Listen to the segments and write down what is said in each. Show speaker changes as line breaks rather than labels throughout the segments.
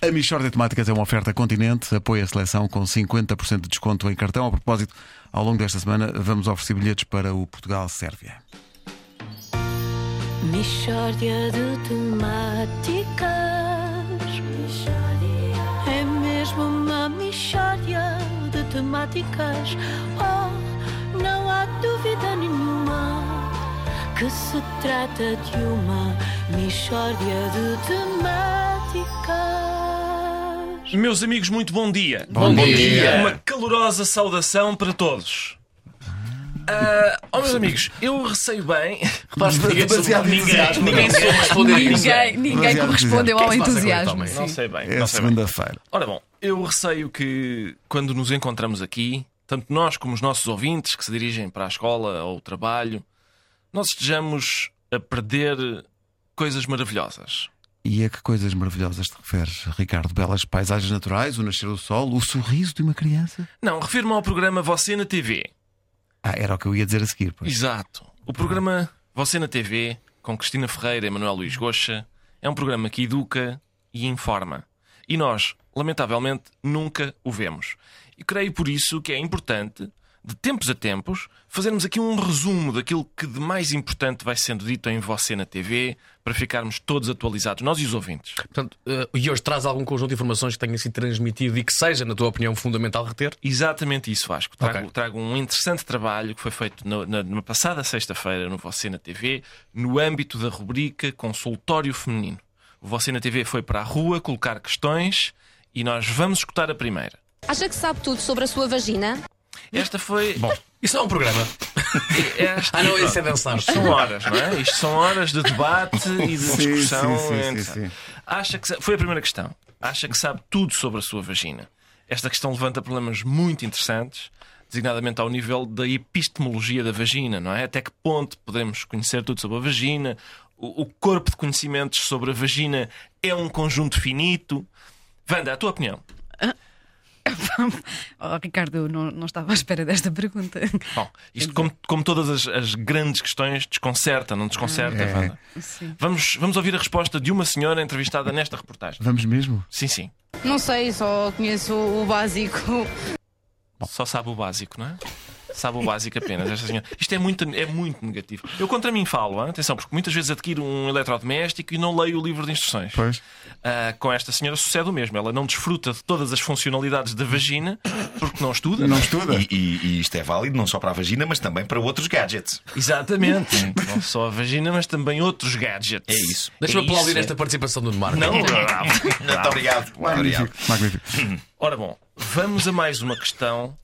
A Michórdia de Temáticas é uma oferta continente, apoia a seleção com 50% de desconto em cartão. A propósito, ao longo desta semana vamos oferecer bilhetes para o Portugal-Sérvia.
Mishória de temáticas É mesmo uma mishória de temáticas Oh, não há dúvida nenhuma Que se trata de uma mishória de temáticas
Meus amigos, muito bom dia.
Bom dia.
Uma calorosa saudação para todos. Ah, oh, meus amigos, eu receio bem. Repare-se,
demasiado entusiasmo.
ninguém soube responder a isso.
Ninguém, ninguém
Demasiado
correspondeu ao
entusiasmo. O
entusiasmo.
que é que se passa com ele,
É
Não sei bem. não
sim.
sei bem.
segunda-feira.
assim. Ora bom, eu receio que quando nos encontramos aqui, tanto nós como os nossos ouvintes que se dirigem para a escola ou o trabalho, nós estejamos a perder coisas maravilhosas.
E a que coisas maravilhosas te referes, Ricardo? Belas paisagens naturais, o nascer do sol, o sorriso de uma criança?
Não, refirmo ao programa Você na TV.
Ah, era o que eu ia dizer a seguir. Pois.
Exato. O programa Você na TV, com Cristina Ferreira e Manuel Luís Goxa, é um programa que educa e informa. E nós, lamentavelmente, nunca o vemos. E creio por isso que é importante, de tempos a tempos, fazermos aqui um resumo daquilo que de mais importante vai sendo dito em Você na TV, para ficarmos todos atualizados, nós e os ouvintes.
Portanto, eh, e hoje traz algum conjunto de informações que tenha sido transmitido e que seja, na tua opinião, fundamental reter?
Exatamente isso, Vasco. Trago,
Ok.
trago um interessante trabalho que foi feito na, na- na passada sexta-feira no Você na TV, no âmbito da rubrica Consultório Feminino. O Você na TV foi para a rua colocar questões e nós vamos escutar a primeira.
Acha que sabe tudo sobre a sua vagina?
Esta foi.
Isso não é um programa.
esta...
Ah, não, isso é dançar.
São horas, não é? Isto são horas de debate e de
Sim,
discussão.
sim, sim,
entre-
sim, sim.
Acha que sa- foi a primeira questão. Acha que sabe tudo sobre a sua vagina? Esta questão levanta problemas muito interessantes, designadamente ao nível da epistemologia da vagina, não é? Até que ponto podemos conhecer tudo sobre a vagina? O, o corpo de conhecimentos sobre a vagina é um conjunto finito? Wanda, a tua opinião?
Oh, Ricardo, eu não, não estava à espera desta pergunta.
Bom, isto, como, como todas as, as grandes questões, desconcerta, não desconcerta,
É.
Wanda?
Sim.
Vamos, vamos ouvir a resposta de uma senhora entrevistada nesta reportagem.
Vamos mesmo?
Sim, sim.
Não sei, só conheço o básico.
Só sabe o básico, não é? Sabe o básico apenas, esta senhora. Isto é muito, é muito negativo. Eu contra mim falo, hein? atenção, porque muitas vezes adquiro um eletrodoméstico e não leio o livro de instruções.
Pois.
Ah, com esta senhora sucede o mesmo. Ela não desfruta de todas as funcionalidades da vagina porque não estuda.
Não estuda?
E, e- e isto é válido não só para a vagina, mas também para outros gadgets.
Exatamente. não só a vagina, mas também outros gadgets.
É isso.
Deixa-me
É
aplaudir
isso,
esta
é.
participação do Marco.
Não,
Muito obrigado. Muito obrigado.
Magnífico. Magnífico.
Ora bom, vamos a mais uma questão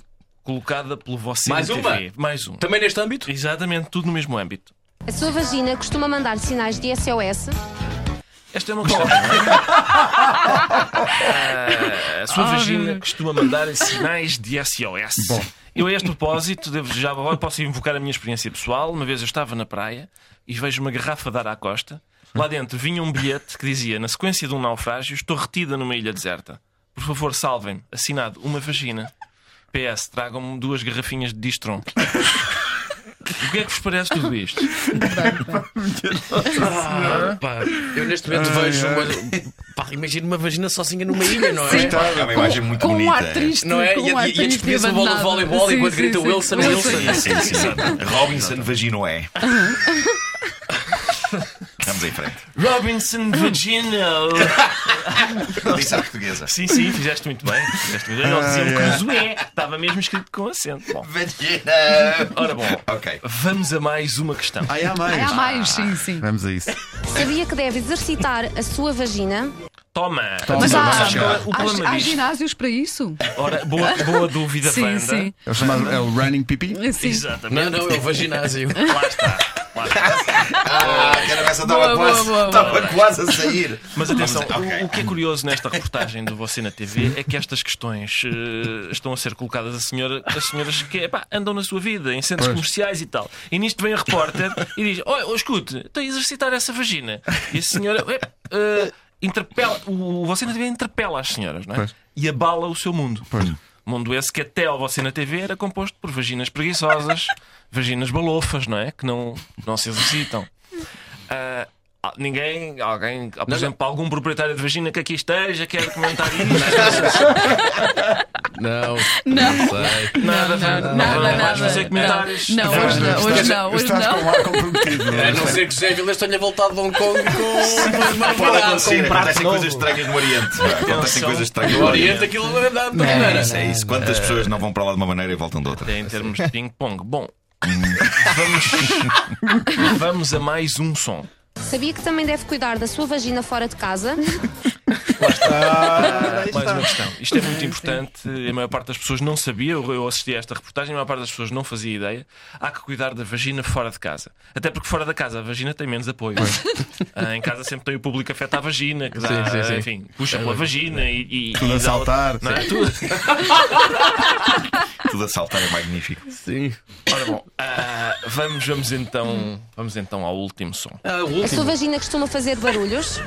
colocada pelo você
Mais
na
uma?
TV. Mais uma.
Também neste âmbito?
Exatamente, tudo no mesmo âmbito.
A sua vagina costuma mandar sinais de SOS?
Esta é uma questão. não é? Ah, a sua vagina costuma mandar sinais de SOS.
Bom.
Eu, a este propósito, devo já agora posso invocar a minha experiência pessoal. Uma vez eu estava na praia e vejo uma garrafa de ar à costa. Lá dentro vinha um bilhete que dizia: Na sequência de um naufrágio, estou retida numa ilha deserta. Por favor, salvem-me. Assinado uma vagina. PS, tragam-me duas garrafinhas de distron. O que é que vos parece tudo isto?
Ah, pá, eu neste momento vejo uma. Pá, imagino uma vagina sozinha numa ilha, não é?
Sim.
É uma imagem muito
com um
bonita.
ar triste.
Não é?
Com
E
um
a-
ar
e a
triste
despedida do bola de
abandonado.
voleibol
Sim,
enquanto
sim,
grita
sim.
Wilson, Wilson.
Sim, sim, sim. Robinson Vagino é. Vamos em frente.
Robinson Virginal.
Disse à portuguesa.
Sim, sim, fizeste muito bem. Fizeste muito bem.
Ah,
Não diziam
yeah.
que Zoé estava mesmo escrito com acento. Bom,
Vagina.
ora bom,
Ok.
vamos a mais uma questão.
Aí há
Ai,
mais.
Há mais,
Ah.
sim, sim.
Vamos a isso.
Sabia que deve exercitar a sua vagina?
Toma!
Toma.
Mas há,
Vamos chegar.
Agora, o problema
há, há
disto.
ginásios para isso?
Ora, boa, boa dúvida,
Sim,
Wanda.
sim.
É o, chamado, é o Running Pipi?
Sim.
Não,
Exatamente.
não, é eu vou ginásio.
Lá está. Lá está.
Ah, que era essa estava
Boa, boa,
quase,
boa,
estava quase a sair.
Mas atenção,
Vamos-
o-
ok.
o que é curioso nesta reportagem do Você na TV é que estas questões eh, estão a ser colocadas a, senhora, a senhoras que epá, andam na sua vida, em centros
Pois.
comerciais e tal. E nisto vem a repórter e diz: Olha, oh, escute, estou a exercitar essa vagina. E a senhora. eh, eh, interpela, o o Você na TV interpela as senhoras, não é?
Pois.
E abala o seu mundo.
Pois.
Mundo esse que até ao Você na TV era composto por vaginas preguiçosas, vaginas balofas, não é? Que não, não se exercitam. Ah, Ah, Ninguém, alguém, ah, por exemplo, algum proprietário de vagina que aqui esteja quer comentar isso.
Não,
Não.
sei.
nada, nada,
Nada, nada.
vais fazer
Não.
comentários.
Não, hoje não, hoje não, hoje
Estás com o
não.
ar comprometido. não é?
A não ser que José Vilas tenha voltado de Hong Kong com uma
Pode
barata.
acontecer,
prato
acontecem
novo.
coisas estranhas no Oriente. pá, Acontecem
Atenção.
coisas estranhas
No
no
Oriente
Oriente.
aquilo não é nada de primeira.
Isso é isso. Quantas pessoas não vão para lá de uma maneira e voltam de outra?
Até em termos de ping-pong. Bom, vamos, vamos a mais um som.
Sabia que também deve cuidar da sua vagina fora de casa?
Ah,
Tá, Mais uma questão. Isto é muito importante. A maior parte das pessoas não sabia. Eu eu assisti a esta reportagem. A maior parte das pessoas não fazia ideia. Há que cuidar da vagina fora de casa. Até porque fora da casa a vagina tem menos apoio. Ah, em casa sempre tem o público afeto à vagina, que dá,
Sim, sim, É sim.
enfim, puxa pela vagina e. e
Tudo
e
a
dá-
saltar.
Não é? Tudo.
Tudo a saltar é magnífico.
Sim.
Ora bom, ah, vamos, vamos, então, vamos então ao último som.
Ah, o
A sua
último.
vagina costuma fazer barulhos?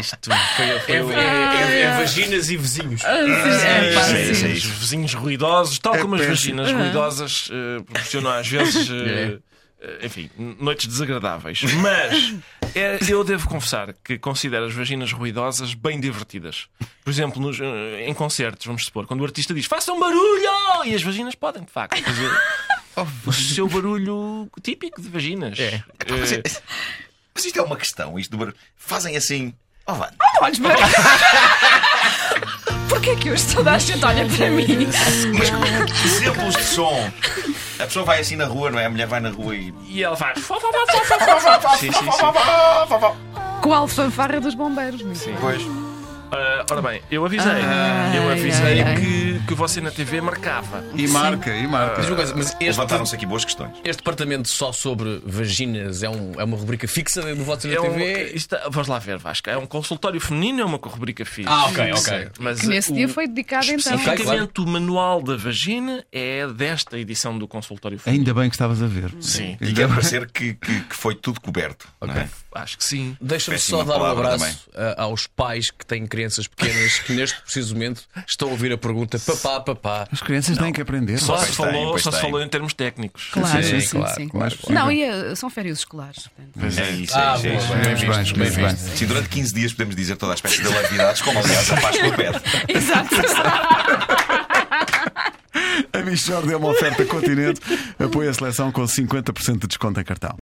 Isto foi,
É,
foi o-
é-
Ah,
é- é vaginas e vizinhos.
É, pá,
Isso é isso, é
sim.
Os
isso.
vizinhos ruidosos, tal
É
como as
péssimo.
vaginas ruidosas eh, proporcionam às vezes, eh, eh, enfim, noites desagradáveis. Mas eh, eu devo confessar que considero as vaginas ruidosas bem divertidas. Por exemplo, nos, eh, em concertos, vamos supor, quando o artista diz façam barulho! E as vaginas podem, de facto, fazer. O seu barulho típico de vaginas.
É.
Mas,
Eh,
é- mas isto é uma questão. Isto do barulho. Fazem assim. Oh, vá.
Olhos bem. Porquê que hoje toda a gente olha para mim?
Mas como é que- exemplos de som. A pessoa vai assim na rua, não é? A mulher vai na rua e.
E ela faz. Sim, sim, sim.
Com a alfanfarra dos bombeiros. é? muito bem.
Pois.
Ah, ora bem, eu avisei. eu avisei Que, que você na TV marcava.
E marca, e marca.
Diz uma coisa, mas este,
Levantaram-se aqui boas questões.
este departamento só sobre vaginas é, um- é uma rubrica fixa do Votos na
É um,
TV?
isto, vamos lá ver, Vasco. É um consultório feminino, é uma rubrica fixa.
Ah, ok, ok.
Mas
Que nesse
o-
dia foi dedicado então.
Ok,
Especificamente o manual da vagina é desta edição do consultório feminino.
Ainda bem que estavas a ver.
Sim,
E quer parecer que, que, que foi tudo coberto. não é?
acho que sim.
Deixa-me
Péssima
só dar um
palavra
abraço a- aos pais que têm crianças pequenas que neste preciso momento estão a ouvir a pergunta papá, papá.
As crianças têm que aprender.
Só,
Pois
se
tem,
falou,
pois
só se
tem.
falou em termos técnicos.
Claro,
Sim,
sim, sim.
claro,
sim.
claro,
Não, e eh, são férias escolares. portanto.
É isso,
Ah,
é isso,
boa,
é isso.
bem
Escolhemos
visto,
bem, escolhemos
bem
bem.
visto.
Sim, durante 15 dias podemos dizer toda a espécie de atividades, como aliás a Páscoa pede.
Exato.
A Michord é uma oferta continente. Apoia a seleção com 50% de desconto em cartão.